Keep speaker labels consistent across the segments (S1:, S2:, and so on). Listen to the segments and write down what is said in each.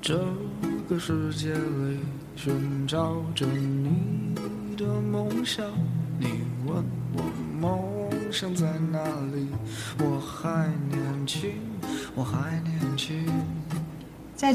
S1: 这个世界里寻找着你的梦想，你问我梦想在哪里？我还年轻，我还年轻。
S2: 在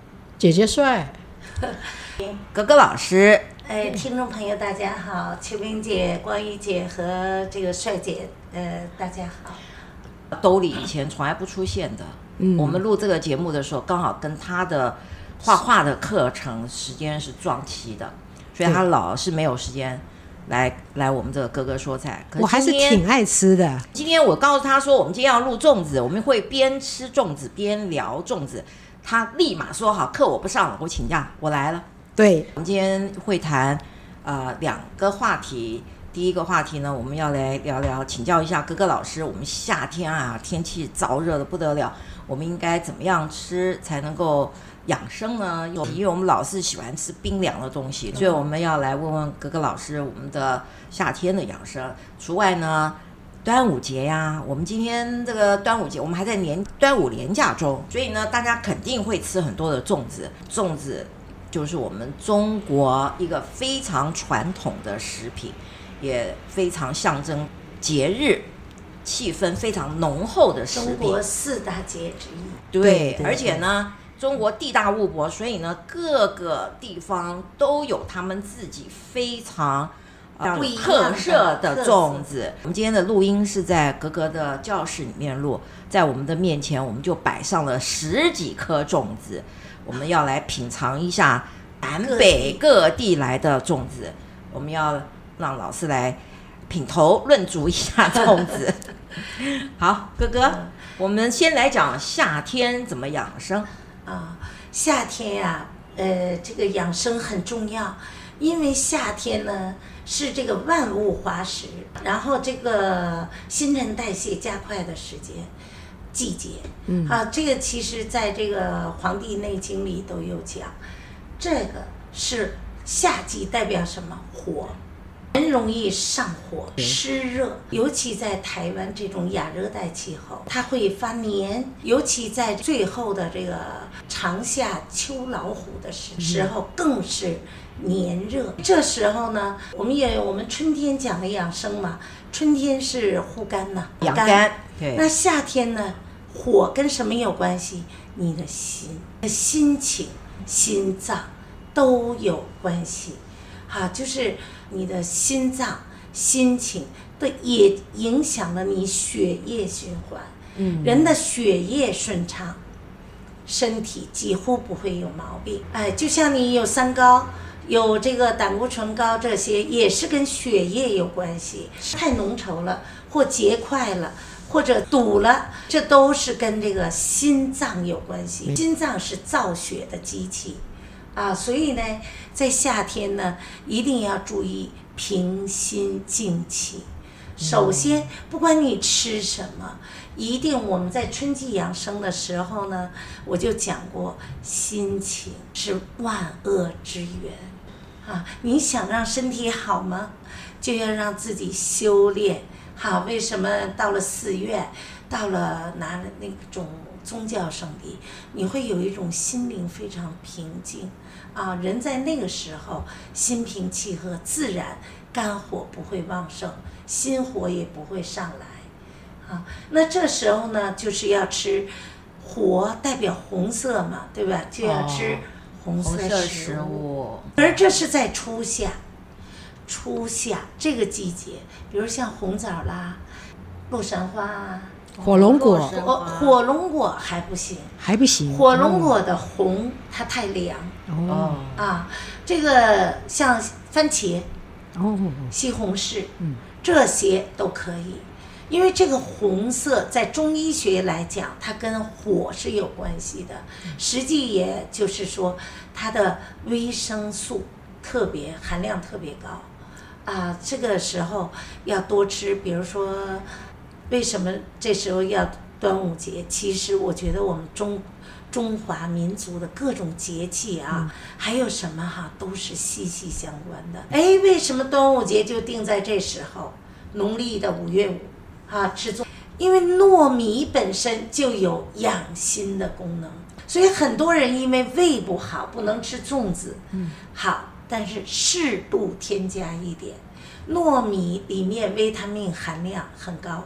S3: 姐姐帅，
S4: 格格老师。
S5: 哎，听众朋友大家好，秋冰姐、光一姐和这个帅姐，呃，大家好。
S4: 兜里以前从来不出现的。嗯、我们录这个节目的时候，刚好跟他的画画的课程时间是撞期的，所以他老是没有时间来来我们这个哥哥说菜。
S2: 我还是挺爱吃的。
S4: 今天我告诉他说，我们今天要录粽子，我们会边吃粽子边聊粽子。他立马说好，课我不上了，我请假，我来了。
S2: 对，
S4: 我们今天会谈呃两个话题。第一个话题呢，我们要来聊聊，请教一下哥哥老师，我们夏天啊，天气燥热的不得了，我们应该怎么样吃才能够养生呢？因为我们老是喜欢吃冰凉的东西，所以我们要来问问哥哥老师，我们的夏天的养生。除外呢，端午节呀，我们今天这个端午节，我们还在年端午连假中，所以呢，大家肯定会吃很多的粽子，粽子就是我们中国一个非常传统的食品。也非常象征节日气氛非常浓厚的食品，
S5: 中国四大节之一。
S4: 对，而且呢，中国地大物博，所以呢，各个地方都有他们自己非常呃
S5: 不一
S4: 特色的粽子。我们今天的录音是在格格的教室里面录，在我们的面前，我们就摆上了十几颗粽子，我们要来品尝一下南北各地来的粽子，我们要。让老师来品头论足一下粽 子。好，哥哥，我们先来讲夏天怎么养生
S5: 啊、哦？夏天呀、啊，呃，这个养生很重要，因为夏天呢是这个万物华实，然后这个新陈代谢加快的时间季节。嗯啊，这个其实在这个《黄帝内经》里都有讲，这个是夏季代表什么火？人容易上火、湿热，尤其在台湾这种亚热带气候，它会发黏。尤其在最后的这个长夏秋老虎的时
S4: 嗯
S5: 时候，更是黏热。这时候呢，我们也我们春天讲的养生嘛，春天是护肝呐、
S4: 啊，养肝。对。
S5: 那夏天呢，火跟什么有关系？你的心、心情、心脏都有关系。哈，就是你的心脏、心情的也影响了你血液循环。嗯，人的血液顺畅，身体几乎不会有毛病。哎，就像你有三高，有这个胆固醇高，这些也是跟血液有关系。太浓稠了，或结块了，或者堵了，这都是跟这个心脏有关系。心脏是造血的机器。啊，所以呢，在夏天呢，一定要注意平心静气。首先，不管你吃什么，一定我们在春季养生的时候呢，我就讲过，心情是万恶之源。啊，你想让身体好吗？就要让自己修炼。好、啊，为什么到了寺院，到了哪那种？宗教圣地，你会有一种心灵非常平静啊！人在那个时候心平气和，自然肝火不会旺盛，心火也不会上来啊。那这时候呢，就是要吃火代表红色嘛，对吧？就要吃
S4: 红
S5: 色哦、食
S4: 食物。
S5: 物而这是在初夏，初夏这个季节，比如像红枣啦、洛神花啊。
S3: 火龙
S4: 洛
S3: 果
S4: 神
S5: 火
S4: 花
S5: 火龙果还不行，
S3: 还不行，
S5: 火龙果的红它太凉
S3: 哦
S4: 哦，
S5: 啊。这个像番茄、
S3: 哦，
S5: 西红柿，
S3: 嗯
S5: 这些都可以，因为这个红色在中医学来讲，它跟火是有关系的。实际也就是说，它的维生素特别含量特别高啊。这个时候要多吃，比如说，为什么这时候要端午节？其实我觉得我们中中华民族的各种节气啊，还有什么哈、都是息息相关的。哎，为什么端午节就定在这时候？农历的五月五啊，吃粽，因为糯米本身就有养心的功能，所以很多人因为胃不好不能吃粽子。嗯，好，但是适度添加一点，糯米里面维他命含量很高，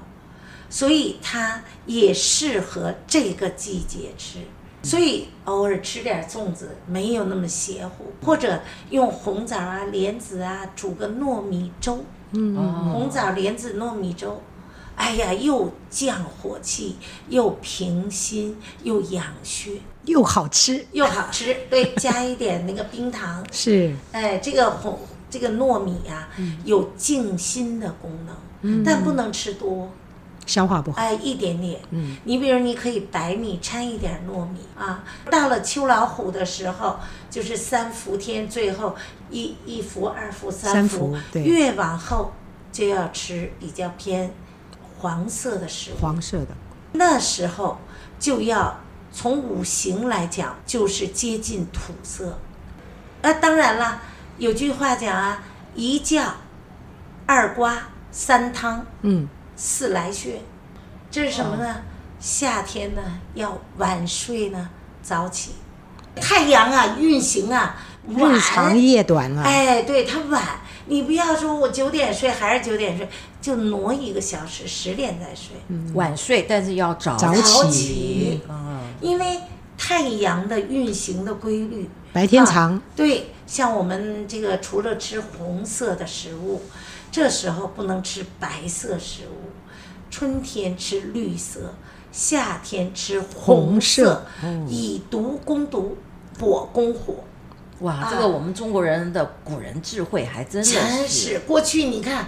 S5: 所以它也适合这个季节吃。所以偶尔吃点粽子没有那么邪乎，或者用红枣啊、莲子啊煮个糯米粥，
S3: 嗯嗯
S5: 红枣莲子糯米粥，哎呀，又降火气，又平心，又养血，
S3: 又好吃，
S5: 又好吃。对，加一点那个冰糖，
S3: 是
S5: 哎，这个红这个糯米呀、有静心的功能，但不能吃多。
S3: 消化不好，
S5: 哎，一点点。嗯，你比如你可以白米掺一点糯米啊。到了秋老虎的时候，就是三伏天，最后一一伏、二伏、
S3: 三
S5: 伏，
S3: 伏对
S5: 越往后就要吃比较偏黄色的食物。
S3: 黄色的，
S5: 那时候就要从五行来讲，就是接近土色。那、当然了，有句话讲啊，一觉、二瓜、三汤。
S3: 嗯，哦
S5: 四来穴，这是什么呢？夏天呢要晚睡呢，早起。太阳啊，运行啊，晚
S3: 日长夜短啊，
S5: 哎，对，它晚。你不要说我九点睡还是九点睡，就挪一个小时，十点再睡，
S4: 晚睡，但是要嗯早
S3: 早
S5: 早
S3: 起
S5: 起，
S4: 嗯，
S5: 因为太阳的运行的规律。
S3: 白天长
S5: 啊，对，像我们这个除了吃红色的食物，这时候不能吃白色食物，春天吃绿色，夏天吃红色，嗯以毒攻毒，火攻火，
S4: 哇，这个我们中国人的古人智慧还啊真的
S5: 真是。过去你看，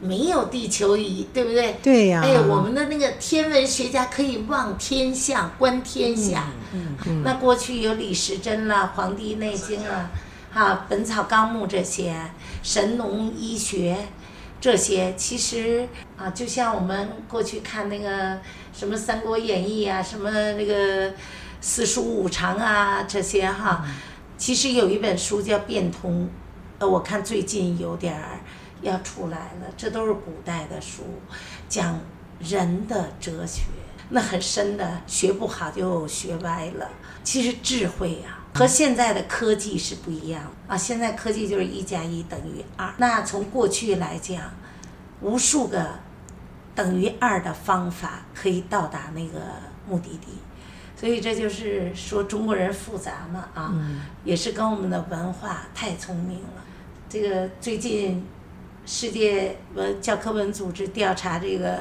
S5: 没有地球仪，对不对？
S3: 对呀
S5: 哎，我们的那个天文学家可以望天象、观天下。嗯那过去有李时珍啦、黄帝内经》啦、啊，《本草纲目》这些神农医学。这些其实啊，就像我们过去看那个什么《三国演义》啊，什么那个四书五常啊这些哈，其实有一本书叫《变通》，呃，我看最近有点儿要出来了，这都是古代的书，讲人的哲学，那很深的，学不好就学歪了。其实智慧呀、和现在的科技是不一样的啊，现在科技就是一加一等于二，那从过去来讲，无数个等于二的方法可以到达那个目的地。所以这就是说中国人复杂嘛啊，
S4: 嗯
S5: 也是跟我们的文化太聪明了。这个最近世界文教科文组织调查这个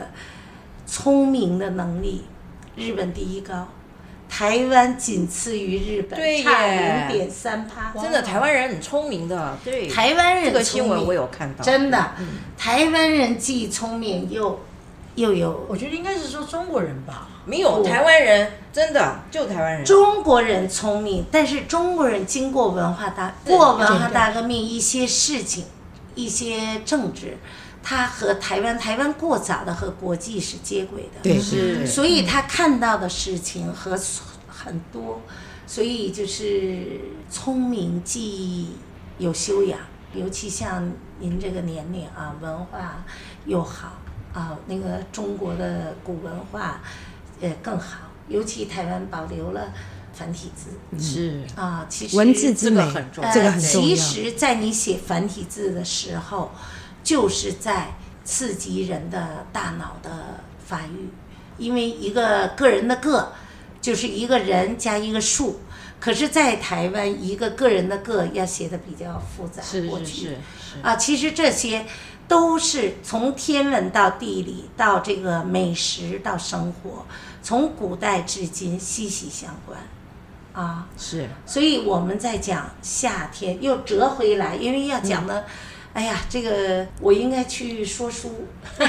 S5: 聪明的能力，日本第一高，台湾仅次于日本，
S4: 对耶
S5: 差零点三趴。
S4: 真的，台湾人很聪明的，对，
S5: 台湾人
S4: 这个
S5: 聪
S4: 新
S5: 明
S4: 闻我有看到，
S5: 真的，台湾人既聪明又又有
S6: 我觉得应该是说中国人吧，
S4: 没有
S5: 不
S4: 台湾人，真的就台湾人，
S5: 中国人聪明，但是中国人经过文化大过文化大革命一些事情，一些政治，他和台湾台湾过早的和国际是接轨的，
S3: 对，
S4: 是
S5: 所以他看到的事情和很多，所以就是聪明、记忆、有修养，尤其像您这个年龄啊，文化又好啊，那个中国的古文化，呃更好，尤其台湾保留了繁体字
S4: 是
S5: 啊，其实
S3: 文字之
S4: 这
S3: 美
S4: 个很重要，
S3: 这个很重
S5: 呃其
S3: 要，
S5: 实，在你写繁体字的时候，就是在刺激人的大脑的发育，因为一个个人的“个”就是一个人加一个数。可是，在台湾，一个个人的“个”要写的比较复杂，
S4: 是
S5: 过
S4: 是
S5: 去
S4: 是是，
S5: 啊，其实这些都是从天文到地理到这个美食到生活，从古代至今息息相关，啊，
S4: 是
S5: 所以我们在讲夏天，又折回来，因为要讲的，哎呀，这个我应该去说书，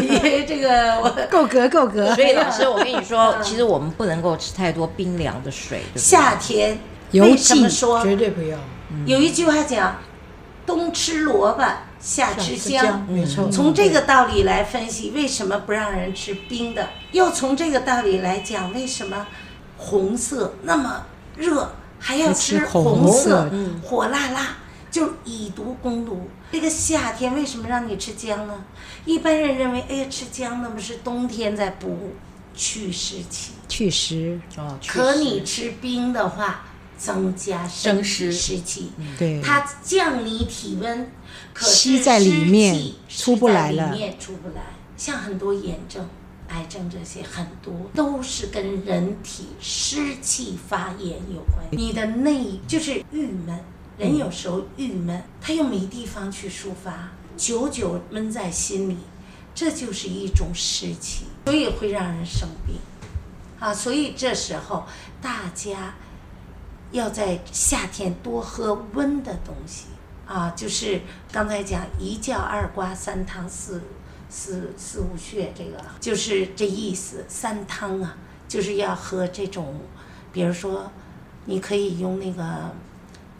S5: 因为这个我
S3: 够格够格
S4: 所，以老师，我跟你
S5: 嗯
S4: 说，其实我们不能够吃太多冰凉的水，对不对？
S5: 夏天
S3: 尤
S5: 为什么
S3: 其
S5: 说嗯
S6: 绝对不要。
S5: 有一句话讲，冬吃萝卜夏吃香。
S6: 没错。
S5: 从这个道理来分析，为什么不让人吃冰的？又从这个道理来讲，为什么红色那么热，还要吃
S3: 吃
S5: 红
S3: 红
S5: 色
S3: 色，
S5: 火辣辣，就是以毒攻毒。这个夏天为什么让你吃姜呢？一般人认为，哎呀，吃姜那么是冬天在补祛湿气，
S3: 去湿，
S4: 哦，确
S5: 可
S4: 实
S5: 你吃冰的话，增加身
S4: 增
S5: 体
S4: 湿
S5: 湿气。
S3: 对，
S5: 它降你体温，可
S3: 吸
S5: 是
S3: 在里
S5: 湿
S3: 面
S5: 气
S3: 出
S5: 是
S3: 不
S5: 在
S3: 来
S5: 里
S3: 了
S5: 面出不来。像很多炎症、癌症这些，很多都是跟人体湿气发炎有关。你的内就是郁闷，
S3: 嗯
S5: 人有时候郁闷，他又没地方去抒发，久久闷在心里，这就是一种湿气，所以会让人生病。啊，所以这时候大家要在夏天多喝温的东西啊，就是刚才讲一教二瓜三汤四四四物穴，这个就是这意思。三汤啊，就是要喝这种，比如说，你可以用那个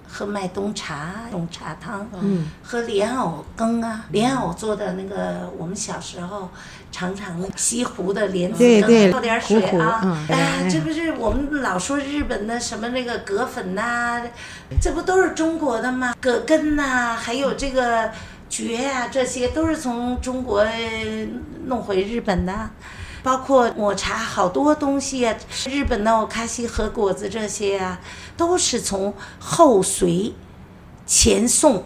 S5: 喝麦冬茶这种茶汤，嗯，喝莲藕羹啊，莲藕做的那个我们小时候常常西湖的莲子
S3: 对
S5: 羹，
S3: 对
S5: 泡点水
S3: 苦苦
S5: 啊，
S3: 嗯
S5: 啊，
S3: 哎
S5: 这不是我们老说日本的什么那个葛粉呐、这不都是中国的吗？葛根呐、还有这个蕨呀、这些都是从中国呃弄回日本的。包括抹茶好多东西啊，日本的我卡西和果子这些啊，都是从后隋、前宋、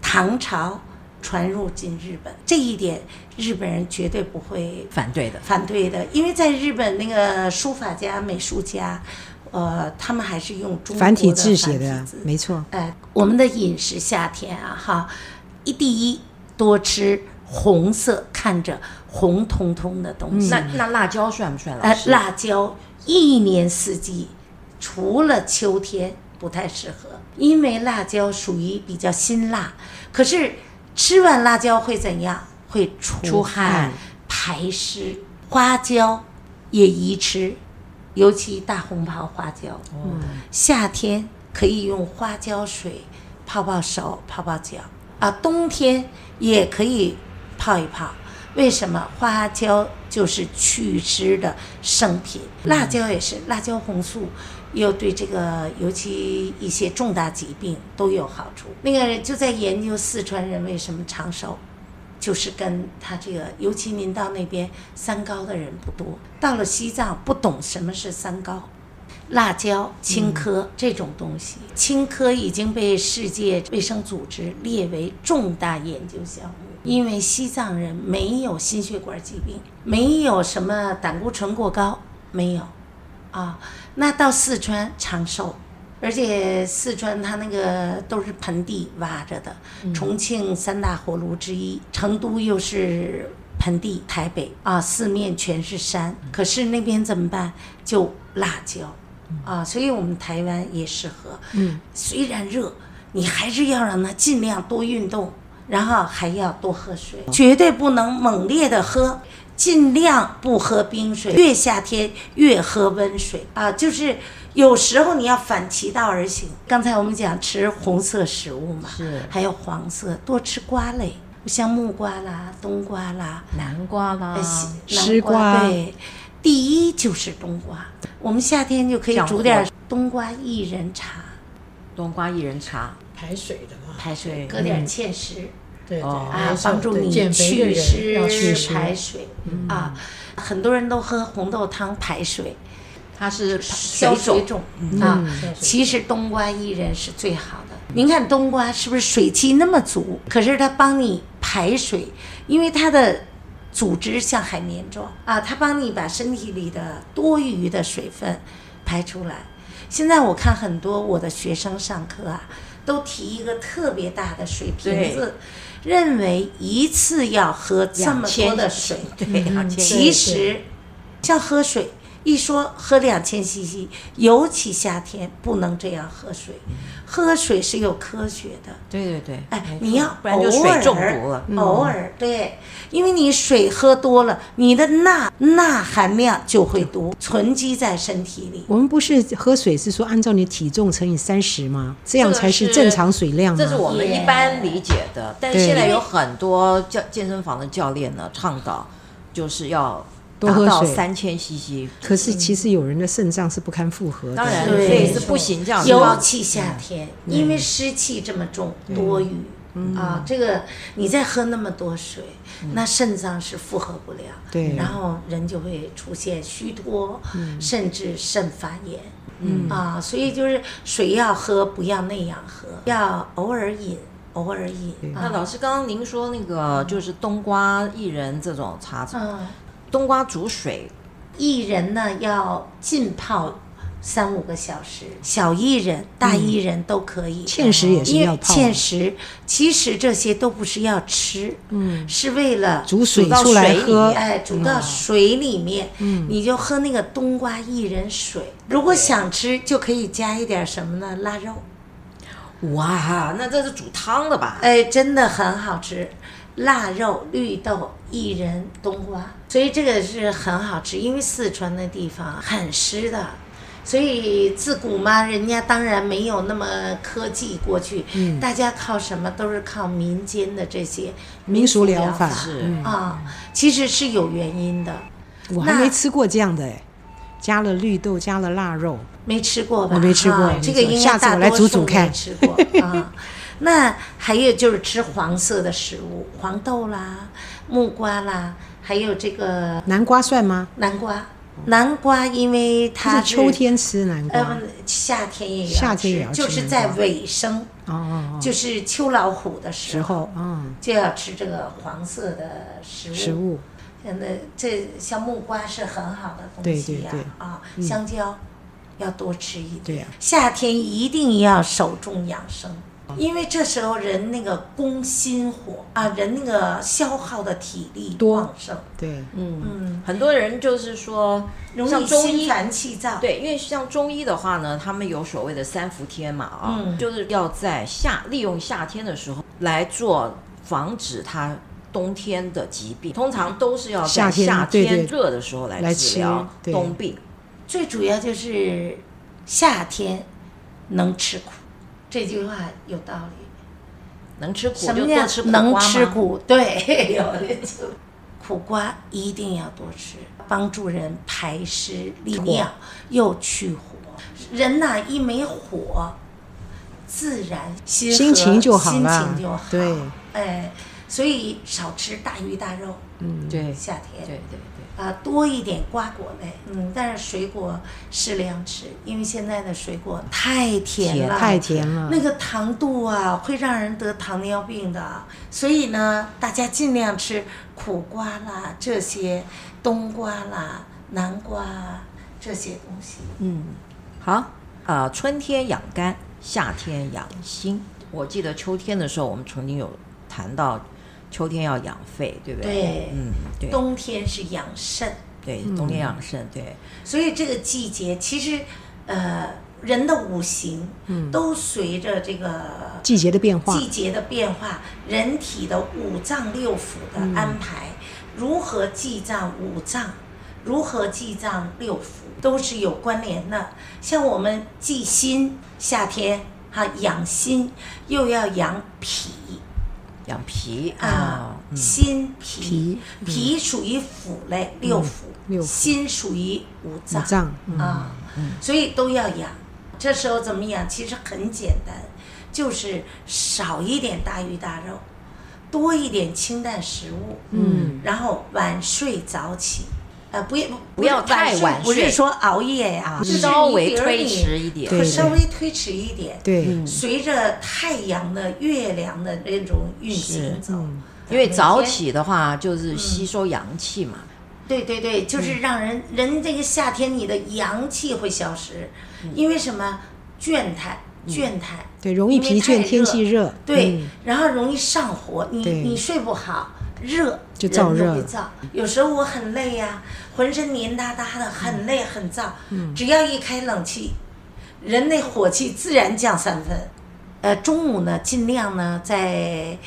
S5: 唐朝传入进日本，这一点日本人绝对不会
S4: 反对的，
S5: 反对的，因为在日本那个书法家、美术家，呃，他们还是用中国的
S3: 繁体字写的
S5: 繁体字，
S3: 没错，
S5: 哎，我们的饮食夏天啊，哈，一第一多吃红色，看着红彤彤的东西，
S4: 那那辣椒算不算？老
S5: 嗯呃，
S4: 师，
S5: 辣椒一年四季，除了秋天不太适合，因为辣椒属于比较辛辣。可是吃完辣椒会怎样？会出汗、
S4: 出汗
S5: 排湿。花椒也宜吃，尤其大红袍花椒。
S4: 哦
S5: 夏天可以用花椒水泡泡手、泡泡脚啊，冬天也可以泡一泡。为什么花椒就是祛湿的圣品？
S4: 嗯
S5: 辣椒也是，辣椒红素又对这个，尤其一些重大疾病都有好处。那个就在研究四川人为什么长寿，就是跟他这个，尤其您到那边三高的人不多，到了西藏不懂什么是三高，辣椒、青稞、这种东西，青稞已经被世界卫生组织列为重大研究项目。因为西藏人没有心血管疾病，没有什么胆固醇过高，没有，啊，那到四川长寿，而且四川它那个都是盆地挖着的，重庆三大火炉之一，成都又是盆地，台北啊，四面全是山。可是那边怎么办？就辣椒啊，所以我们台湾也适合。嗯，虽然热，你还是要让它尽量多运动，然后还要多喝水，绝对不能猛烈的喝。尽量不喝冰水，越夏天越喝温水啊！就是有时候你要反其道而行。刚才我们讲吃红色食物嘛，
S4: 是
S5: 还有黄色，多吃瓜类，像木瓜啦、冬瓜啦、
S4: 南瓜啦
S5: 呃，西
S3: 丝
S5: 南瓜。
S3: 瓜
S5: 对，第一就是冬瓜，我们夏天就可以
S4: 降
S5: 煮
S4: 火
S5: 点冬瓜薏仁茶，
S4: 冬瓜薏仁茶，
S6: 排水的嘛，
S5: 排水，
S4: 对
S5: 搁点芡实。
S6: 对对，
S4: 哦
S5: 啊
S6: 没，错
S5: 帮助
S6: 对
S5: 你
S6: 减肥的
S5: 祛
S6: 人要祛
S5: 湿、
S6: 湿
S5: 排水啊。很多人都喝红豆汤排水，
S4: 它是
S5: 消水
S4: 肿，
S5: 肿啊。
S6: 消水
S5: 其实冬瓜薏仁是最好的。您看冬瓜是不是水气那么足？可是它帮你排水，因为它的组织像海绵状啊，它帮你把身体里的多余的水分排出来。现在我看很多我的学生上课啊，都提一个特别大的水
S4: 对
S5: 瓶子，认为一次要喝这么多的水。 嗯
S4: 对，两千
S5: 其实，像喝水，一说喝两千 CC，尤其夏天不能这样喝水，
S4: 嗯
S5: 喝水是有科学的。
S4: 对对对，
S5: 哎
S4: 没，错
S5: 你要
S4: 不然
S5: 偶
S4: 就水
S5: 尔嗯
S4: 中毒了。嗯
S5: 偶尔对，因为你水喝多了，你的钠钠含量就会多，存积在身体里。
S3: 我们不是喝水是说按照你体重乘以三十吗？这样
S4: 这个
S3: 才是
S4: 是
S3: 正常水量吗？
S4: 这是我们一般理解的，但是
S3: 啊对
S4: 现在有很多教健身房的教练呢倡导，就是要
S3: 多
S4: 达
S3: 喝
S4: 到
S3: 水
S4: 三千 CC，
S3: 可是其实有人的肾脏是不堪负荷的。
S4: 当然
S5: 对
S4: 所以是不行这样
S5: 尤
S4: 的。啊
S5: 其夏天，因为湿气这么重，多余啊，这个你再喝那么多水，那肾脏是负荷不了，
S3: 对
S5: 然后人就会出现虚脱，甚至肾发炎。嗯啊，所以就是水要喝，不要那样喝，要偶尔饮，偶尔饮
S4: 那
S5: 啊。
S4: 老师，刚刚您说那个就是冬瓜、薏仁这种茶草，
S5: 嗯，
S4: 冬瓜煮水，
S5: 薏仁呢要浸泡三五个小时，小薏仁、大薏仁都可以。
S3: 芡嗯实也是
S5: 因
S3: 要
S5: 为
S3: 泡，
S5: 芡实，其实这些都不是要吃，嗯，是为了
S3: 煮水
S4: 煮到
S3: 出来
S4: 水里
S3: 喝，嗯
S5: 哎，煮到水里面，嗯，你就喝那个冬瓜薏仁水。如果想吃，就可以加一点什么呢？腊肉，
S4: 哇，那这是煮汤的吧？
S5: 哎，真的很好吃。腊肉、绿豆、薏仁、冬瓜，所以这个是很好吃。因为四川的地方很湿的，所以自古嘛，人家当然没有那么科技过去，
S3: 嗯
S5: 大家靠什么都是靠民间的这些
S3: 民俗疗
S5: 法
S3: 法。
S4: 是
S5: 啊、其实是有原因的，
S3: 我还
S5: 那
S3: 没吃过这样的哎，加了绿豆，加了腊肉，
S5: 没吃过吧？
S3: 我没吃过
S5: 啊
S3: 没
S5: 这
S3: 吃
S5: 个
S3: 过
S5: 应该
S3: 下次
S5: 大
S3: 我来
S5: 多
S3: 煮
S5: 数
S3: 煮看
S5: 没吃过啊。 那还有就是吃黄色的食物，黄豆啦、木瓜啦，还有这个
S3: 南瓜算吗？
S5: 南瓜。南瓜因为它
S3: 它是秋，天吃南瓜。
S5: 呃，夏天也要
S3: 夏天也要吃
S5: 就是
S3: 南
S5: 在
S3: 瓜
S5: 尾声，
S3: 哦哦哦，
S5: 就是秋老虎的时
S3: 时
S5: 候，
S3: 候嗯，
S5: 就要吃这个黄色的食物。
S3: 食物
S5: 真的，这像木瓜是很好的东西呀、
S3: 对对嗯
S5: 啊，香蕉要多吃一点。
S3: 对啊呀
S5: 夏天一定要手重养生，因为这时候人那个攻心火啊，人那个消耗的体力
S3: 多
S5: 旺盛，
S3: 对，
S5: 嗯，
S4: 很多人就是说，
S5: 容
S4: 像
S5: 易
S4: 中
S5: 心
S4: 医
S5: 烦气躁。，
S4: 对，因为像中医的话呢，他们有所谓的三伏天嘛，啊、
S5: 嗯
S4: 就是要在夏利用夏天的时候来做防止它冬天的疾病，通常都是要在
S3: 夏天
S4: 夏
S3: 对对
S4: 天热的时候来
S3: 来
S4: 治
S3: 吃
S4: 疗
S3: 对
S4: 冬病。
S5: 最主要就是夏天能吃苦，这句话有道理。
S4: 能吃苦
S5: 什
S4: 就
S5: 么
S4: 多
S5: 叫
S4: 吃苦瓜
S5: 能
S4: 吗
S5: 吃苦？对， 有的就苦瓜一定要多吃，帮助人排湿利尿，又去火。人呐、一没火，自然心和
S3: 心情就好了
S5: 心情就好。
S3: 对，
S5: 哎，所以少吃大鱼大肉，
S4: 对
S5: 夏天
S4: 对对对，
S5: 啊、多一点瓜果类，嗯，但是水果适量吃，因为现在的水果太甜
S4: 甜
S5: 了，
S3: 太甜了。
S5: 那个糖度啊，会让人得糖尿病的。所以呢，大家尽量吃苦瓜啦，这些冬瓜啦、南瓜啊这些东西。
S4: 好，呃，春天养肝，夏天养心。我记得秋天的时候，我们曾经有谈到秋天要养肺，对不对？
S5: 对
S4: 嗯，对
S5: 冬天是养肾，
S4: 对，冬天养肾，对。
S5: 所以这个季节其实，呃，人的五行都随着这个
S3: 季节的变化，
S5: 季节的变化，人体的五脏六腑的安排，
S3: 嗯
S5: 如何记账五脏，如何记账六腑，都是有关联的。像我们记心，夏天哈、养心，又要养脾
S4: 养脾
S5: 啊
S4: 啊，，
S3: 嗯
S5: 心脾脾属于腑类六腑，
S3: 嗯六腑
S5: 心属于五
S3: 五
S5: 脏
S3: 脏嗯
S5: 啊，所以都要养。这时候怎么养？其实很简单，就是少一点大鱼大肉，多一点清淡食物，嗯，然后晚睡早起。呃，不要
S4: 不要
S5: 是
S4: 太晚
S5: 不是
S4: 睡
S5: 说熬夜呀、就是
S4: 啊稍微
S5: 你比如
S4: 推
S5: 你
S4: 迟一点
S3: 对
S5: 稍微推迟一点。
S3: 对，
S5: 随着太阳的、月亮的那种运行走，
S4: 嗯因为
S5: 每
S4: 早
S5: 天
S4: 起的话就是吸
S5: 嗯
S4: 收阳气嘛。
S5: 对对对，
S3: 嗯
S5: 就是让人、
S3: 嗯
S5: 人这个夏天你的阳气会消失，因为什么倦怠，倦怠，
S3: 对，容易
S5: 因为
S3: 疲倦，
S5: 太
S3: 天气热，
S5: 对
S3: 嗯，
S5: 然后容易上火，你
S3: 对
S5: 你睡不好，热
S3: 就燥热
S5: 人容易燥。有时候我很累呀、浑身黏哒哒的，很累很燥。
S3: 嗯
S5: 只要一开冷气，人那火气自然降三分。呃，中午呢，尽量呢在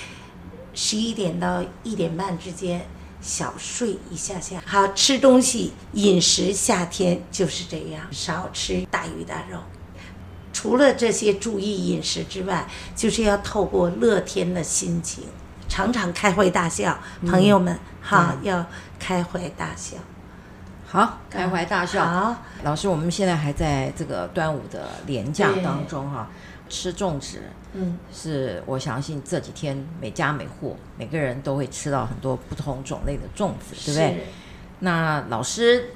S5: 十一点到一点半之间小睡一下下。好吃东西，饮食夏天就是这样，少吃大鱼大肉。除了这些注意饮食之外，就是要透过乐天的心情，常常开怀大笑。
S4: 嗯
S5: 朋友们，哈，要开怀大笑。
S4: 好，开怀大笑。
S5: 嗯好，
S4: 老师，我们现在还在这个端午的连假当中哈、吃粽子
S5: 嗯，
S4: 是我相信这几天每家每户每个人都会吃到很多不同种类的粽子，对不对？那老师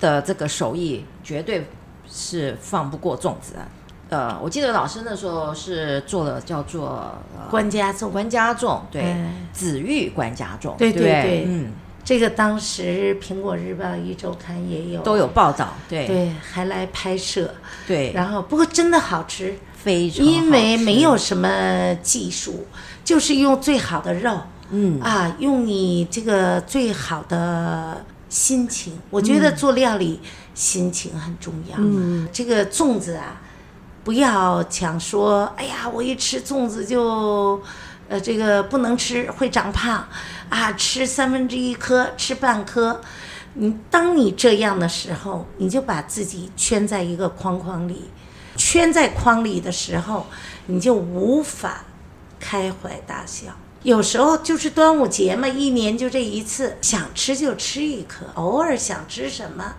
S4: 的这个手艺绝对是放不过粽子的。呃，我记得老师那时候是做了叫做、呃、
S5: 官啊家粽，
S4: 关家粽，对，
S5: 嗯
S4: 紫玉关家粽，
S5: 对
S4: 哎对
S5: 对
S4: 不
S5: 对
S4: 嗯，
S5: 这个当时《苹果日报》《一周刊》也有
S4: 都有报道，对
S5: 对，还来拍摄。
S4: 对，
S5: 然后，不过真的好吃，
S4: 非常好
S5: 因为没
S4: 吃
S5: 有什么技术，就是用最好的肉。
S4: 嗯
S5: 啊，用你这个最好的心情，我觉得做料理、心情很重要。嗯，这个粽子啊，不要想说，哎呀，我一吃粽子就，呃，这个不能吃，会长胖，啊，吃三分之一颗，吃半颗。你当你这样的时候，你就把自己圈在一个框框里，圈在框里的时候，你就无法开怀大笑。有时候就是端午节嘛，一年就这一次，想吃就吃一颗，偶尔想吃什么，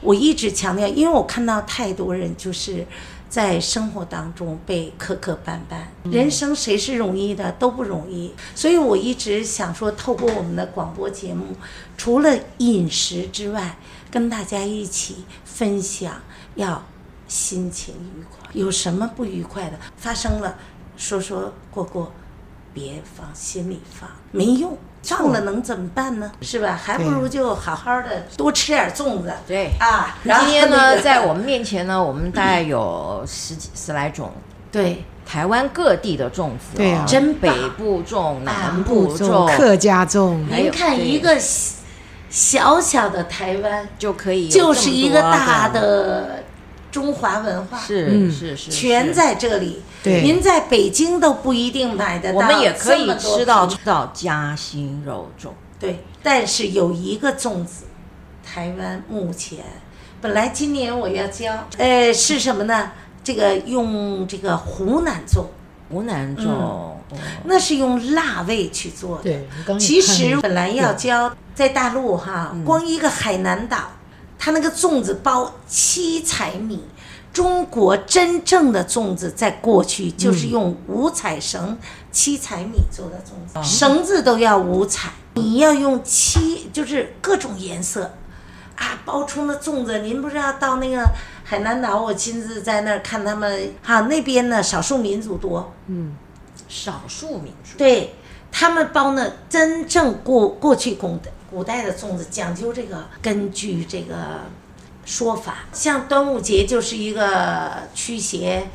S5: 我一直强调，因为我看到太多人就是在生活当中被磕磕绊绊，人生谁是容易的都不容易，所以我一直想说，透过我们的广播节目，除了饮食之外，跟大家一起分享要心情愉快，有什么不愉快的发生了，说说过过，别放心里放，没用。放了能怎么办呢？是吧？还不如就好好的多吃点粽子，
S4: 对
S5: 啊。然后
S4: 今天
S5: 那
S4: 呢，
S5: 个
S4: 在我们面前呢，我们大概有十几十来种
S5: 对
S4: 台湾各地的粽子、哦，
S3: 对啊
S4: 真
S5: 真
S4: 北
S5: 棒
S4: 部粽、南
S3: 步
S4: 部
S3: 骤
S4: 粽，
S3: 客家粽，
S4: 还有
S5: 您看一个小小小的台湾，
S4: 就可以有这
S5: 就
S4: 么多
S5: 是一个大
S4: 的，
S5: 的中华文化，
S4: 是
S3: 嗯
S4: 是是，
S5: 全
S4: 是。
S5: 在这里。
S3: 对
S5: 您在北京都不一定买得到，
S4: 我们也可
S5: 这
S4: 以
S5: 么多
S4: 吃到
S5: 品
S4: 吃到夹心肉粽，
S5: 对，但是有一个粽子，台湾目前本来今年我要教，呃，是什么呢？这个用这个湖南粽，
S4: 湖南粽，
S5: 嗯
S4: 哦
S5: 那是用辣味去做的。
S3: 对，我刚刚也
S5: 其
S3: 看
S5: 实
S3: 了嗯
S5: 本来要教在大陆哈，光一个海南岛，它那个粽子包七彩米。中国真正的粽子，在过去就是用五彩绳、七彩米做的粽
S3: 哦
S5: 子，绳子都要五彩，你要用七，就是各种颜色，啊，包冲的粽子，您不知道到那个海南岛，我亲自在那儿看他们，哈、那边呢少数民族多，
S4: 少数民族，
S5: 对他们包呢，真正过过去古古代的粽子讲究这个，根据这个说法，像端午节就是一个驱邪，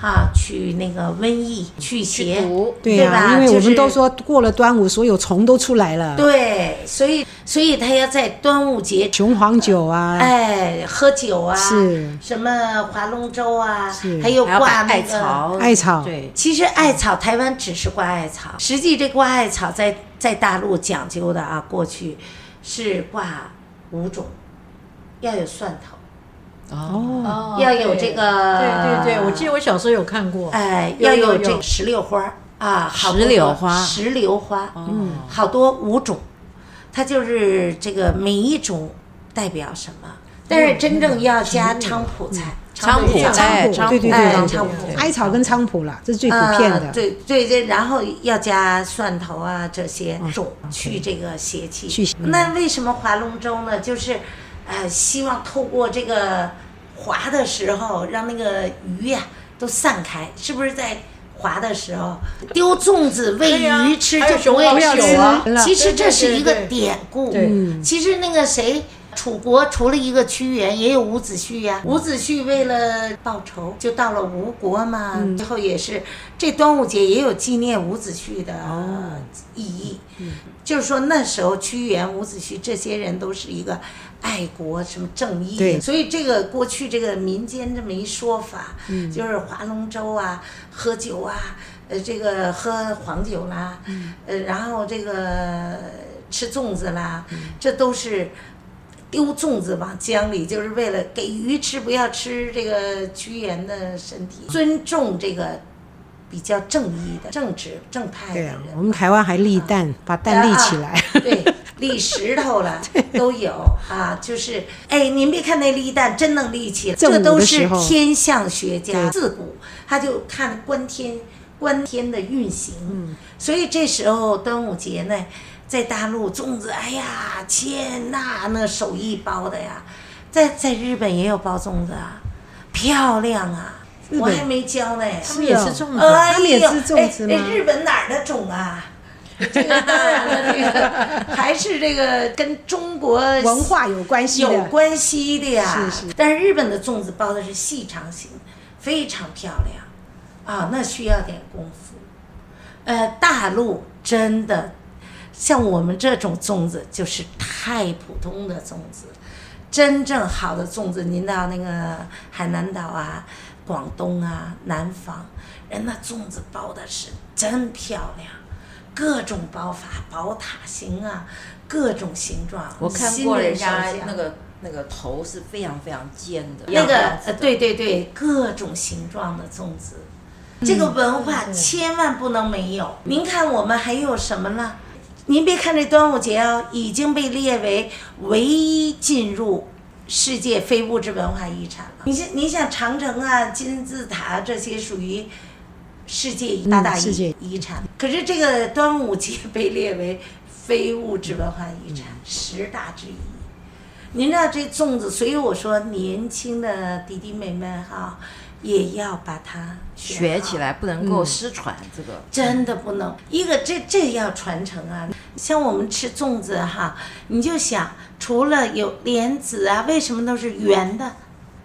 S5: 哈、去那个瘟疫去邪，
S4: 毒
S3: 对
S5: 对
S3: 啊，
S5: 吧？
S3: 因为我
S5: 就
S3: 们
S5: 是
S3: 都说过了端午，所有虫都出来了，
S5: 对，所以所以他要在端午节
S3: 雄黄酒啊，
S5: 哎，喝酒啊，
S3: 是
S5: 什么划龙舟啊
S3: 是，
S5: 还有
S4: 还要把
S5: 挂那
S4: 艾
S5: 个
S4: 草，
S3: 艾草
S4: 对，
S5: 其实艾草，台湾只是挂艾草，实际这挂艾草在在大陆讲究的啊，过去是挂五种，要有蒜头，
S4: 哦，
S6: 哦
S5: 要有这个
S6: 对对对，我记得我小时候有看过，
S5: 哎、
S6: 有
S5: 要
S6: 有
S5: 有这
S6: 有
S5: 个石榴花儿啊，好
S4: 石榴花
S5: 多石榴花，
S4: 嗯，
S5: 好多五种，它就是这个每一种代表什么，但是真正要加菖蒲菜，
S4: 菖
S5: 蒲
S4: 蒲，
S5: 菜
S4: 哎
S3: 菖蒲对对对
S5: 哎
S4: 菖
S5: 菖
S4: 蒲
S5: 蒲
S4: 对
S3: 艾草跟菖蒲啦，这是最普遍的。
S5: 呃对对对，然后要加蒜头啊这些种去这个邪气。
S3: 嗯去邪
S5: 那为什么划龙舟呢？就是，呃，希望透过这个划的时候，让那个鱼呀、都散开，是不是在？划的时候丢粽子喂
S6: 对呀
S5: 鱼吃
S6: 还有
S5: 就不会
S6: 熊猫
S5: 吃
S6: 酒啊
S5: 其实这是一个
S6: 对对对对
S5: 典故
S6: 对。
S5: 其实那个谁，楚国除了一个屈原，也有伍子胥呀、
S6: 嗯
S5: 伍子胥为了报仇，就到了吴国嘛。
S6: 嗯
S5: 最后也是这端午节也有纪念伍子胥的
S6: 哦
S5: 意义，
S6: 嗯
S5: 就是说那时候屈原、伍子胥这些人都是一个爱国、什么正义，啊
S3: 对
S5: 所以这个过去这个民间这么一说法，
S6: 嗯
S5: 就是划龙舟啊、喝酒啊，呃，这个喝黄酒啦，呃，然后这个吃粽子啦，
S3: 嗯
S5: 这都是丢粽子往江里，就是为了给鱼吃，不要吃这个屈原的身体，尊重这个比较正义的、正直、正派的
S3: 对
S5: 人
S3: 啊，。我们台湾还立蛋，把蛋立起来。
S5: 对，立石头了都有啊，就是哎，您别看那立蛋真能立起来，
S3: 正午
S5: 这
S3: 的
S5: 都是
S3: 时候
S5: 天象学家
S3: 对
S5: 自古他就看观天观天的运行，
S3: 嗯
S5: 所以这时候端午节呢，在大陆粽子，哎呀，天呐，那手艺包的呀，在在日本也有包粽子啊，漂亮啊，我还没教呢，
S6: 他
S3: 啊
S6: 们也吃粽子，
S5: 哎呦，
S3: 他们也吃粽子吗
S5: 哎哎日本哪儿的种 啊？这个当然了，这个还是这个跟中国
S3: 文化有关系
S5: 啊有
S3: 的，
S5: 关系的呀。
S3: 是
S5: 但是日本的粽子包的是细长型，非常漂亮啊，那需要点功夫。呃，大陆真的像我们这种粽子就是太普通的粽子，真正好的粽子，您到那个海南岛啊、广东啊、南方，人那粽子包的是真漂亮。各种包法，宝塔形啊，各种形状。
S4: 我看
S5: 新
S4: 过
S5: 人啊
S4: 人家
S5: 手写
S4: 那个那个头是非常非常尖的，
S5: 那个
S4: 样子
S5: 呃，
S4: 的
S5: 对对对，嗯各种形状的粽子，这个文化千万不能没有。您看我们还有什么呢？您别看这端午节哦，已经被列为唯一进入世界非物质文化遗产了。你像你像长城啊、金字塔这些属于世界
S3: 嗯
S5: 八大
S3: 世
S5: 遗
S3: 界
S5: 遗产，可是这个端午节被列为非物质文化遗产十大之一。您知道这粽子，所以我说年轻的弟弟妹妹哈，也要把它
S4: 学
S5: 好
S4: 起。来不能
S3: 嗯
S4: 够失传这个。
S5: 真的不能，一个这这要传承啊！像我们吃粽子哈，你就想，除了有莲子啊，为什么都是圆的？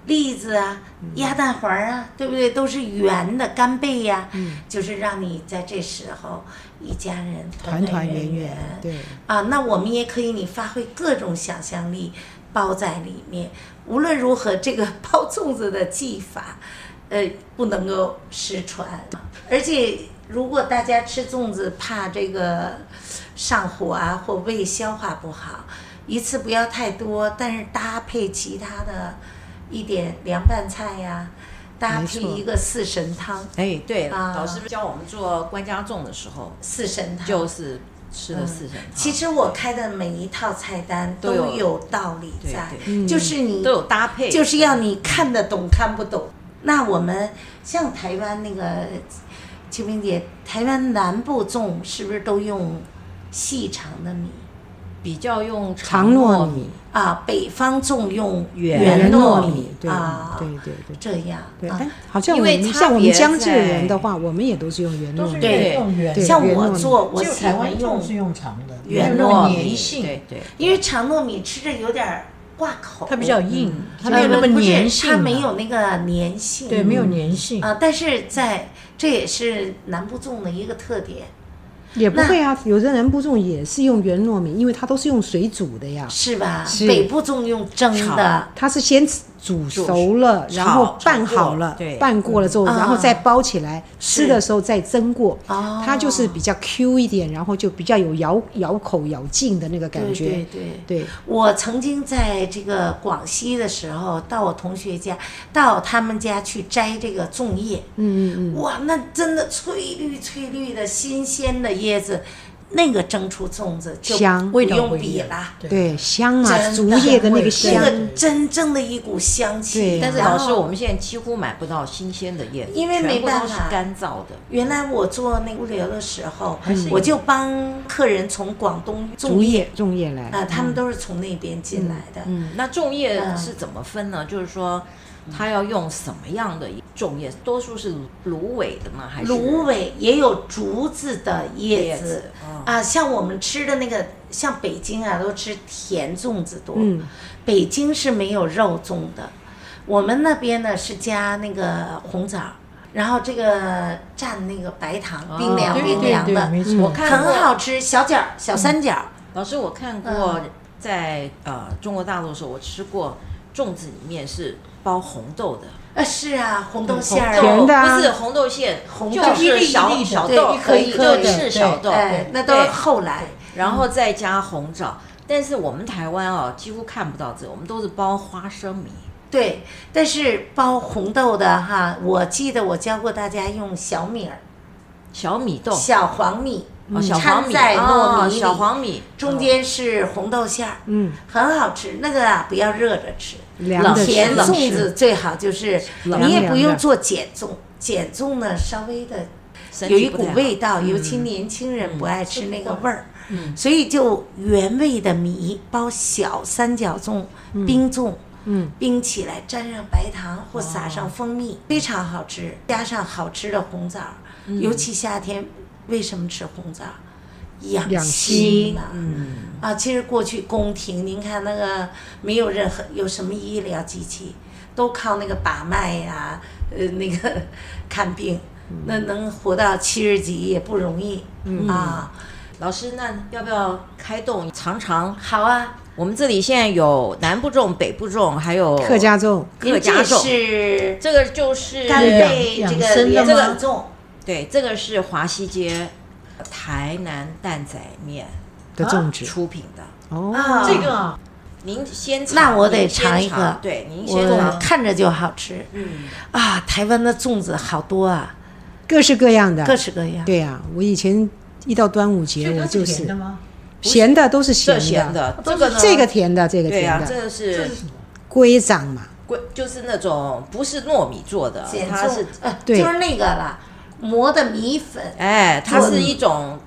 S5: 栗子啊，鸭蛋黄啊，对不对？都是圆的，干贝呀、就是让你在这时候一家人
S3: 团团
S5: 圆
S3: 圆圆。对，
S5: 啊，那我们也可以你发挥各种想象力包在里面。无论如何，这个包粽子的技法，呃，不能够失传。而且，如果大家吃粽子怕这个上火啊或胃消化不好，一次不要太多，但是搭配其他的一点凉拌菜呀、搭
S3: 没
S5: 配
S3: 错
S5: 一个四神汤，
S4: 哎，对，
S5: 啊
S4: 老师教我们做关家粽的时候，
S5: 四神汤
S4: 就是吃
S5: 嗯
S4: 的四神汤。
S5: 其实我开的每一套菜单都
S4: 都有
S5: 有道理
S4: 对
S5: 在，
S4: 对
S3: 嗯
S5: 就是你
S4: 嗯都有搭配，
S5: 就是要你看得懂看不懂。那我们像台湾那个秋萍姐，台湾南部粽是不是都用细长的米
S4: 比较用
S3: 长糯米、
S5: 啊？北方粽用
S4: 圆
S5: 圆
S3: 糯
S5: 米
S3: 对
S5: 啊，
S3: 对对对
S5: 这样
S3: 对。
S5: 啊
S3: 但。好像我
S4: 因为
S3: 们
S4: 差
S3: 像我们
S4: 别
S3: 江浙
S4: 在
S3: 人的话，我们也都是用圆糯
S6: 都
S3: 米
S6: 是。
S4: 对
S6: 用圆
S3: 对
S5: 像
S3: 圆糯
S5: 我
S3: 米
S5: 做，我
S6: 只有
S5: 喜
S6: 台湾
S5: 欢
S6: 粽
S5: 用
S6: 是用长的，
S5: 圆
S6: 圆
S5: 糯
S6: 糯
S5: 米
S6: 粘性，
S4: 对对，
S5: 因为长糯米吃着有点儿挂口，
S6: 它比较硬，它没
S5: 呃
S6: 有那
S5: 不
S6: 么
S5: 是
S6: 粘性啊，
S5: 它没有那个粘性，
S6: 对，没有粘性。
S5: 啊。但是在这也是南部粽的一个特点，
S3: 也不会啊，有的人不种也是用圆糯米，因为它都是用水煮的呀。
S5: 是吧？
S3: 是
S5: 北部粽用蒸的，
S3: 它是先煮熟了，
S4: 煮
S3: 然后
S4: 炒
S3: 拌
S4: 炒过
S3: 好了
S4: 对，
S3: 拌过了之后，
S5: 嗯
S3: 然后再包起来，
S5: 是
S3: 吃的时候再蒸过。
S5: 哦
S3: 它就是比较 Q 一点，然后就比较有咬咬口咬劲的那个感
S5: 对
S3: 觉。
S5: 对对。
S3: 对，
S5: 我曾经在这个广西的时候，到我同学家，到他们家去摘这个粽叶，
S3: 嗯嗯
S5: 哇，那真的翠绿翠绿的新鲜的叶子，那个蒸出粽子就
S3: 香
S5: 不
S6: 味道不
S5: 用
S6: 一
S5: 比
S6: 样
S5: 了。
S3: 嗯，
S6: 对
S3: 对，香啊，
S5: 真
S3: 竹
S5: 的
S3: 叶的那个
S6: 对
S5: 那
S3: 香，
S5: 个真正的一股香气
S3: 对。
S4: 但是
S5: 然
S4: 老
S5: 后
S4: 师，我们现在几乎买不到新鲜的叶子，
S5: 因为没
S4: 全部
S5: 办
S4: 都是
S5: 法
S4: 干燥的。
S5: 原来我做那物流的时候
S6: 还是，有
S5: 我就帮客人从广东
S3: 竹
S5: 粽
S3: 叶嗯
S5: 叶
S3: 粽叶来
S5: 啊，他们都是从那边进来的。
S4: 嗯，那粽叶
S5: 嗯
S4: 是怎么分呢？就是说，它要用什么样的种叶？多数是芦苇的吗？还是
S5: 芦苇也有竹子的叶
S4: 叶子
S5: 子
S4: 嗯
S5: 啊，像我们吃的那个，像北京啊，都吃甜粽子多。
S3: 嗯，
S5: 北京是没有肉粽的，我们那边呢是加那个红枣儿，然后这个蘸那个白糖，冰凉
S4: 哦
S5: 冰凉的，
S6: 对对对没错
S4: 我看过嗯
S5: 很好吃。小饺儿、小三角儿，
S4: 老师，我看过嗯在呃中国大陆的时候，我吃过粽子里面是包红豆的，
S5: 啊是啊，红豆馅儿
S4: 豆
S5: 啊，
S3: 甜的啊
S4: 不是嗯红豆馅，
S5: 红
S4: 就
S5: 豆
S4: 是
S6: 一粒一
S4: 小
S6: 粒的
S4: 小
S6: 对
S4: 豆，
S6: 一颗一颗
S4: 就
S6: 的
S4: 是小豆，
S5: 哎
S4: 对，
S5: 那都是后来。
S4: 然后再加红枣。但是我们台湾哦，几乎看不到这，我们都是包花生米。
S5: 对，但是包红豆的哈，我记得我教过大家用小米儿、
S4: 小米豆，
S5: 小黄米
S4: 哦，小黄
S5: 掺
S4: 米
S5: 在糯
S4: 哦
S5: 米里，
S4: 小黄米
S5: 中间是红豆馅儿，
S3: 嗯，
S5: 很好吃。那个啊，不要热着吃，
S3: 凉
S4: 冷
S3: 的吃
S5: 甜
S4: 冷
S5: 粽子最好就是
S3: 冷
S5: 你也
S3: 凉
S5: 不
S3: 的
S5: 用做碱粽，碱粽呢稍微的
S4: 身
S5: 有
S4: 体
S5: 一
S4: 不
S5: 股
S4: 太好
S5: 味道，尤其年轻人不爱吃那个味儿，所以就原味的米包小三角粽、冰粽。
S3: 嗯，
S5: 冰起来，沾上白糖或撒上蜂蜜，非常好吃。加上好吃的红枣，尤其夏天，为什么吃红枣？养
S3: 养
S5: 心啊！啊，其实过去宫廷，您看那个没有任何有什么医疗机器，都靠那个把脉呀、呃，那个看病，那能活到七十几也不容易、啊。
S4: 老师，那要不要开动尝尝？
S5: 好啊，
S4: 我们这里现在有南部粽、北部粽，还有
S3: 客家粽，
S4: 客
S5: 您
S4: 家
S5: 这
S4: 粽。
S5: 是
S4: 这个就是
S5: 干
S6: 养
S5: 贝
S6: 养
S5: 这个
S6: 生的
S5: 莲
S6: 吗
S5: 蓉粽。
S4: 对，这个是华西街台南蛋仔面
S3: 的粽子
S4: 出品的。
S3: 哦，
S5: 啊，
S6: 这个啊
S4: 您先尝，
S5: 那我得
S4: 您先
S5: 尝一个，
S4: 对，您先
S5: 我
S4: 尝。
S5: 看着就好吃。
S4: 嗯，
S5: 啊，台湾的粽子好多啊，
S3: 各式各样的，
S5: 各式各样。
S3: 对呀，我以前一到端午节
S6: 这
S3: 我
S6: 个
S3: 就是
S6: 甜的
S3: 是
S6: 吗？
S3: 咸的都是
S4: 这
S3: 咸
S4: 咸
S3: 的，
S4: 的，这个呢？
S3: 这个甜的，这个
S4: 对
S3: 甜
S4: 啊，
S3: 的，
S4: 这个
S6: 这
S4: 是
S6: 是什么？
S3: 龟掌嘛，
S4: 龟，就是那种不是糯米做的
S5: 减，
S4: 它
S5: 重
S4: 是，
S5: 呃，
S3: 对
S5: 就是那个了，磨的米粉，
S4: 哎，它是一种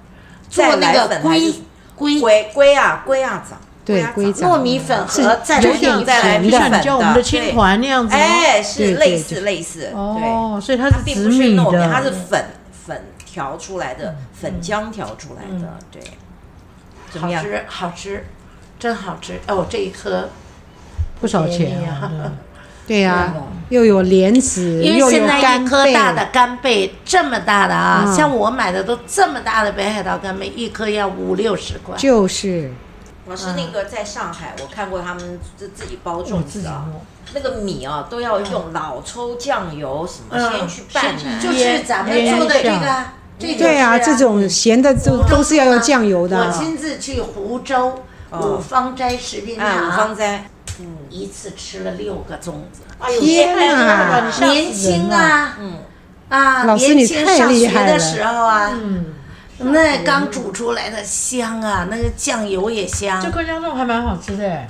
S5: 做那
S4: 再来
S5: 个
S4: 粉还
S5: 龟
S4: 是
S5: 龟
S4: 龟龟啊龟啊枣，
S3: 对
S4: 啊
S3: 龟
S4: 枣
S3: 掌
S5: 糯米粉
S3: 是
S5: 和再
S6: 就
S5: 来
S6: 像
S5: 米
S4: 再来
S5: 粉。
S4: 米
S6: 就像你叫我
S4: 粉
S6: 们的
S4: 的
S6: 青团那样子吗，
S4: 哎，是
S3: 对
S4: 类
S3: 对
S4: 似
S3: 对
S4: 类似，对，
S6: 哦，所以它
S4: 它
S6: 是
S4: 并
S6: 紫
S4: 不是
S6: 米
S4: 糯米，
S6: 的，嗯
S4: 它是粉粉调出来的，粉浆调出来的，对。怎么
S5: 好
S4: 样？
S5: 吃，好吃，真好吃。哦，这一颗，
S6: 不少钱
S5: 便宜啊
S6: 啊，对
S3: 对呀，又有莲子，
S5: 因为
S3: 又有
S5: 现在
S3: 干
S5: 一颗
S3: 贝，
S5: 大的干贝这么大的啊，
S3: 嗯
S5: 像我买的都这么大的北海道干贝，一颗要五六十块。
S3: 就是
S4: 老
S6: 嗯
S4: 师，那个在上海，我看过他们自自己包
S6: 我
S4: 粽
S6: 哦
S4: 子
S6: 自己
S4: 啊，
S6: 弄。
S4: 那个米啊都要用老抽、酱油什么
S5: 嗯
S4: 先去拌呢，
S5: 就
S6: 腌
S5: 是咱们
S6: 腌
S5: 做的
S6: 一
S5: 这
S6: 下
S5: 个啊，这个
S3: 对啊，
S5: 是
S3: 这种咸的就都是要用酱油的
S5: 我
S3: 啊，
S5: 亲自去湖州
S4: 哦
S5: 五芳斋食品
S4: 啊，五芳
S5: 堂，
S4: 斋。
S5: 一次吃了六个粽子，
S4: 哎呦
S3: 天
S4: 现在真的
S3: 哪
S4: 很上
S5: 年轻啊，
S4: 嗯
S5: 啊，
S3: 老师
S5: 年轻
S3: 你太
S5: 上
S3: 厉
S5: 学
S3: 害
S5: 的
S3: 了
S5: 时候啊，
S6: 嗯，
S5: 那刚煮出来的香啊，那个酱油也香
S6: 这。客家粽还蛮好吃的，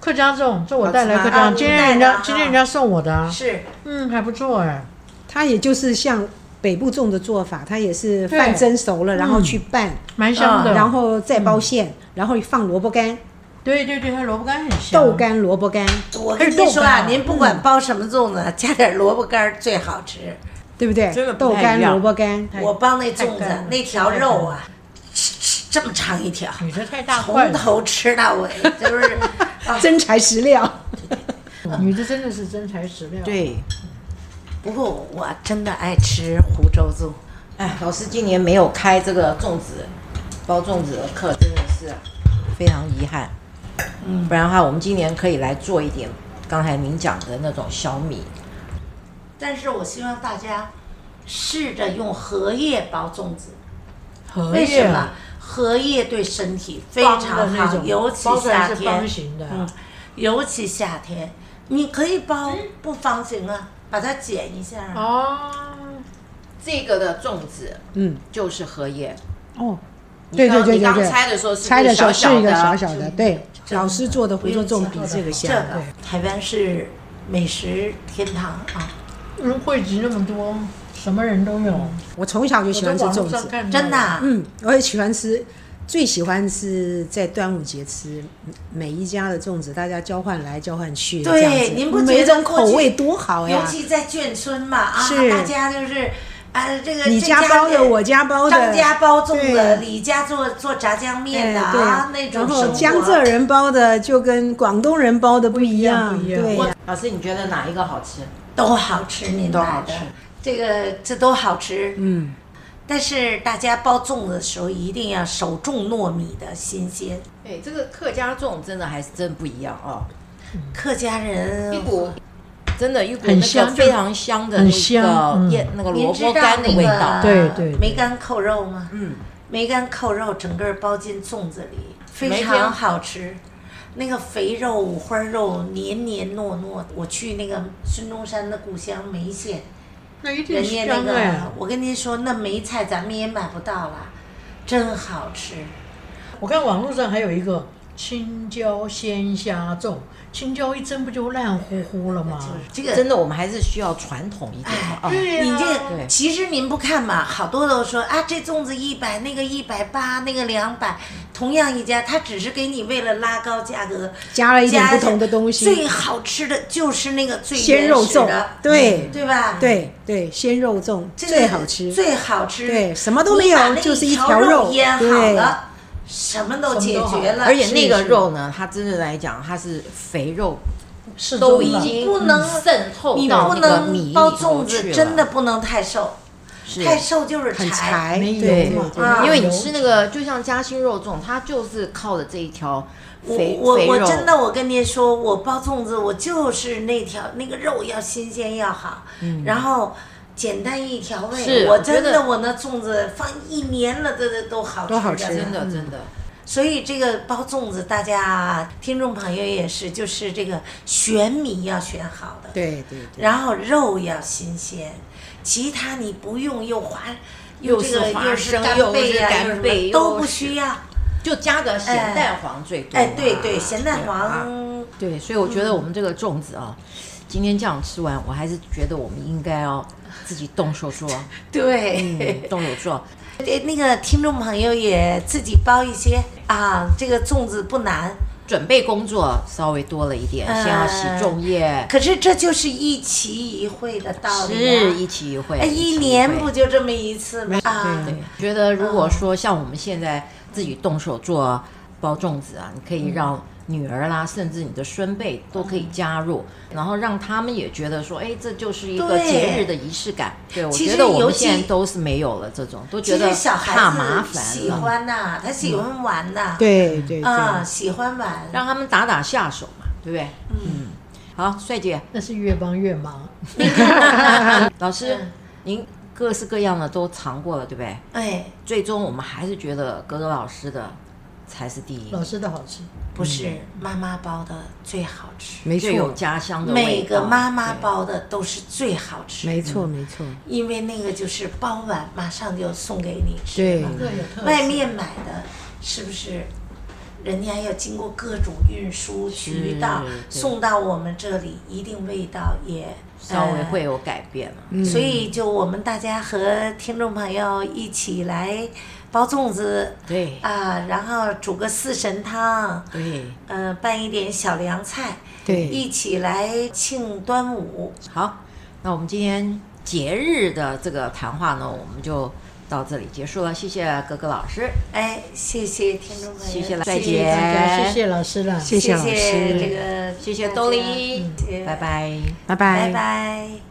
S6: 客家粽，这我带来
S4: 好吃
S6: 客
S4: 吗
S5: 啊
S6: 家，
S5: 你
S6: 今天
S5: 带
S6: 人
S5: 的
S6: 家
S5: 啊
S6: 今天人家送我的啊，
S5: 是，
S6: 嗯，还不错哎，
S3: 它也就是像北部粽的做法，它也是
S6: 对
S3: 饭蒸熟了，然后
S6: 嗯
S3: 去拌，
S6: 蛮香的。
S3: 然后再包
S5: 嗯
S3: 馅，然后放萝卜干、
S6: 对对对，它萝卜干很香，
S3: 豆干、萝卜干，
S5: 我跟
S6: 豆
S5: 您说
S6: 干
S5: 啊
S6: 啊，
S5: 您不管包什么粽子，加点萝卜干儿最好吃。
S3: 对不对
S6: 真的？不
S3: 豆
S6: 太
S3: 干、
S6: 一样
S3: 萝卜干，
S6: 太
S5: 我包那粽
S6: 太
S5: 子
S6: 干了
S5: 那条肉啊，吃吃这么长一条，
S6: 你这太大块
S5: 从
S6: 了，
S5: 头吃到尾，就是。啊
S3: 真材实料。
S6: 你这真的是真材实料。，
S3: 对，
S5: 不过我真的爱吃湖州粽，
S4: 哎，老师今年没有开这个粽子包粽子的课，真的是非常遗憾。嗯，不然的话，我们今年可以来做一点刚才您讲的那种小米。
S5: 但是我希望大家试着用荷叶包粽子，
S6: 荷
S5: 为什
S6: 叶
S5: 么？荷叶对身体非
S6: 方
S5: 常
S6: 的那
S5: 好，
S6: 种
S5: 尤其
S6: 包出来
S5: 夏
S6: 是方
S5: 天，
S6: 形的，
S5: 嗯，尤其夏天，你可以包
S3: 嗯
S5: 不方形啊，把它剪一下啊。
S6: 哦，
S4: 这个的粽子
S3: 嗯，
S4: 就是荷叶。
S3: 哦，
S4: 你
S3: 对
S4: 刚
S3: 对对
S4: 你
S3: 对
S4: 刚
S3: 对，
S4: 拆的时候是不是
S3: 拆的时候是
S4: 小
S3: 一个小
S4: 小
S3: 小的，对，
S5: 这
S3: 老师做的胡椒粽比
S5: 不用
S3: 这个
S5: 这
S3: 香。
S5: 个台湾是美食天堂啊，
S6: 人汇集那么多，什么人都有。
S3: 我从小就
S6: 我
S3: 喜欢吃
S6: 在网
S3: 粽
S6: 络上
S3: 子，
S6: 看到
S3: 嗯
S5: 真的啊，
S3: 嗯，我也喜欢吃。最喜欢是在端午节吃每一家的粽子，大家交换来交换去，
S5: 对
S3: 这样子
S5: 您不觉得
S3: 每一种
S5: 过去
S3: 口味多好
S5: 尤
S3: 呀？
S5: 其在眷村嘛啊，
S3: 是
S5: 大家就是啊，这个
S3: 你
S5: 这
S3: 家包的，
S5: 店
S3: 我家包的，
S5: 张家包粽子，
S3: 对
S5: 李家做做炸酱面
S3: 哎
S5: 的
S3: 对
S5: 啊，那种
S3: 然后
S5: 生活
S3: 江浙人包的就跟广东人包的不一样，
S6: 不一样不一样
S3: 对呀，
S4: 老师，你觉得哪一个好吃？
S5: 都好吃，您
S4: 都
S5: 买
S4: 好
S5: 的
S4: 吃
S5: 这个这都好吃，
S3: 嗯，
S5: 但是大家包粽子的时候一定要手种糯米的新鲜。
S4: 对，这个客家粽真的还是真不一样哦，
S5: 客家人
S4: 一股真的，一股
S6: 很
S4: 那个
S6: 香
S4: 非常嗯香的
S6: 很
S4: 那
S6: 香
S4: 个
S6: 嗯
S4: 腌那个
S5: 您
S4: 萝
S5: 知道
S4: 卜干的
S5: 那
S4: 味
S5: 个
S4: 道。
S6: 对对对
S5: 梅干扣肉吗？
S4: 嗯，
S5: 梅干扣肉整个包进粽子里，非
S4: 梅干
S5: 常好吃。那个肥肉、五花肉黏黏糯糯。我去那个孙中山的故乡梅县，
S6: 那一定
S5: 人家那
S6: 香
S5: 个，
S6: 哎！
S5: 我跟您说，那梅菜咱们也买不到了，真好吃。
S6: 我看网络上还有一个青椒鲜虾粽，青椒一蒸不就烂乎乎了吗？
S5: 这个哎
S4: 真的，我们还是需要传统一点的啊。
S6: 对呀
S5: 你
S4: 对
S5: 这其实您不看嘛，好多都说啊，这粽子一百，那个一百八，那个两百，同样一家，他只是给你为了拉高价格
S3: 加了一点
S5: 加
S3: 不同的东西，
S5: 最好吃的就是那个最
S3: 鲜肉粽
S5: 原始的，
S3: 对
S5: 对吧？，
S3: 对对，鲜肉粽
S5: 这
S3: 最好吃，
S5: 最好吃，
S3: 对什么都没有
S5: 你把那
S3: 就是一条
S5: 条
S3: 肉
S5: 腌好
S3: 对
S5: 了，什么都解
S6: 什么都好
S5: 决了，
S4: 而且那个
S5: 是
S4: 肉呢，它真的来讲，它是肥肉
S6: 是
S4: 都已经
S5: 不能
S4: 渗透
S5: 你
S4: 到
S5: 不
S4: 那个米
S5: 能
S4: 里
S5: 包
S4: 头
S5: 粽
S4: 去
S5: 子，
S4: 了
S5: 真的不能太瘦，
S4: 是
S5: 太瘦就是
S3: 很
S5: 柴。
S3: 柴，
S6: 没油
S3: 对
S6: 嘛
S3: 对
S5: 啊
S4: 因为你吃那个，就像夹心肉粽，它就是靠着这一条
S5: 我
S4: 肥
S5: 我
S4: 肥
S5: 我
S4: 肉，
S5: 真的，我跟您说，我包粽子，我就是那条那个肉要新鲜要好，然后简单一调味。
S4: 嗯是
S5: 我
S4: 我觉
S5: 真
S4: 得
S5: 的，我那粽子放一年了，这这都好
S3: 都好
S5: 吃
S3: 吃
S5: 着呢
S4: 真的真的。
S5: 所以这个包粽子，大家听众朋友也是，就是这个选米要选好的，
S3: 对对对，
S5: 然后肉要新鲜，其他你不用又花。
S4: 又
S5: 这个
S4: 是花
S5: 又是
S4: 生
S5: 干
S4: 又
S5: 贝
S4: 是
S5: 呀、
S4: 干
S5: 又什么
S4: 贝又
S5: 都不
S4: 是
S5: 需要。
S4: 就加个咸蛋黄最多嘛、
S5: 哎，对对，咸蛋
S4: 对啊
S5: 黄
S4: 对，所以我觉得我们这个粽子啊，今天这样吃完，我还是觉得我们应该要自己动手做，
S5: 对，
S4: 嗯，动手做。
S5: 呃那个听众朋友也自己包一些啊，这个粽子不难，
S4: 准备工作稍微多了一点，
S5: 嗯
S4: 先要洗粽叶，
S5: 可是这就是一期一会的道理、啊。
S4: 是一期一会，
S5: 哎，一年不
S4: 对
S5: 就这么一次吗？啊，
S4: 对。觉得如果说像我们现在自己动手做包粽子啊，你可以让女儿啦，甚至你的孙辈都可以加入，然后让他们也觉得说，哎，这就是一个
S5: 对
S4: 节日的仪式感。对，我
S5: 其
S4: 觉
S5: 实
S4: 得我
S5: 尤
S4: 们
S5: 其
S4: 现在都是没有了这种，都
S5: 嗯
S4: 觉
S5: 其
S4: 得
S5: 实小孩
S4: 怕麻
S5: 子
S4: 烦
S5: 喜
S4: 了，
S5: 欢呐、他喜欢玩呐、
S3: 对对
S5: 啊，
S3: 对，
S5: 喜欢玩。
S4: 让他们打打下手嘛，对不对？嗯，好，帅姐，
S6: 那是越帮越忙。
S4: 老师，
S6: 嗯
S4: 您各式各样的都尝过了，对不对？
S5: 哎，
S4: 最终我们还是觉得格格老师的才是第一，
S6: 老师的好吃，
S5: 不是，妈妈包的最好吃，
S3: 没
S4: 最有
S3: 错
S4: 家乡的味道
S5: 每个妈妈
S4: 对
S5: 包的都是最好吃，
S3: 没错没错，
S5: 因为那个就是包完马上就送给你吃。
S3: 对
S6: 各有特色。
S5: 外面买的是不是人家要经过各种运输渠道
S4: 对
S5: 送到我们这里，一定味道也
S4: 稍微。
S5: 呃
S4: 会有改变
S6: 嗯
S4: 嘛。
S5: 所以，就我们大家和听众朋友一起来包粽子
S4: 对
S5: 啊，然后煮个四神汤，
S4: 对，
S5: 嗯，拌一点小凉菜，
S3: 对
S5: 一起来庆端午。
S4: 好，那我们今天节日的这个谈话呢，我们就到这里结束了。谢谢格格老师，
S5: 哎，谢谢听众朋友，
S4: 谢谢
S6: 谢
S4: 再
S6: 谢大家，谢
S4: 见，
S6: 谢老师了。
S3: 谢
S5: 谢
S3: 老师，
S5: 这个，
S4: 谢谢
S5: 大
S4: 兜
S6: 嗯
S5: 家，
S4: 里，
S5: 谢谢
S4: 拜拜。
S3: 拜
S5: 拜
S3: 拜。
S5: 拜。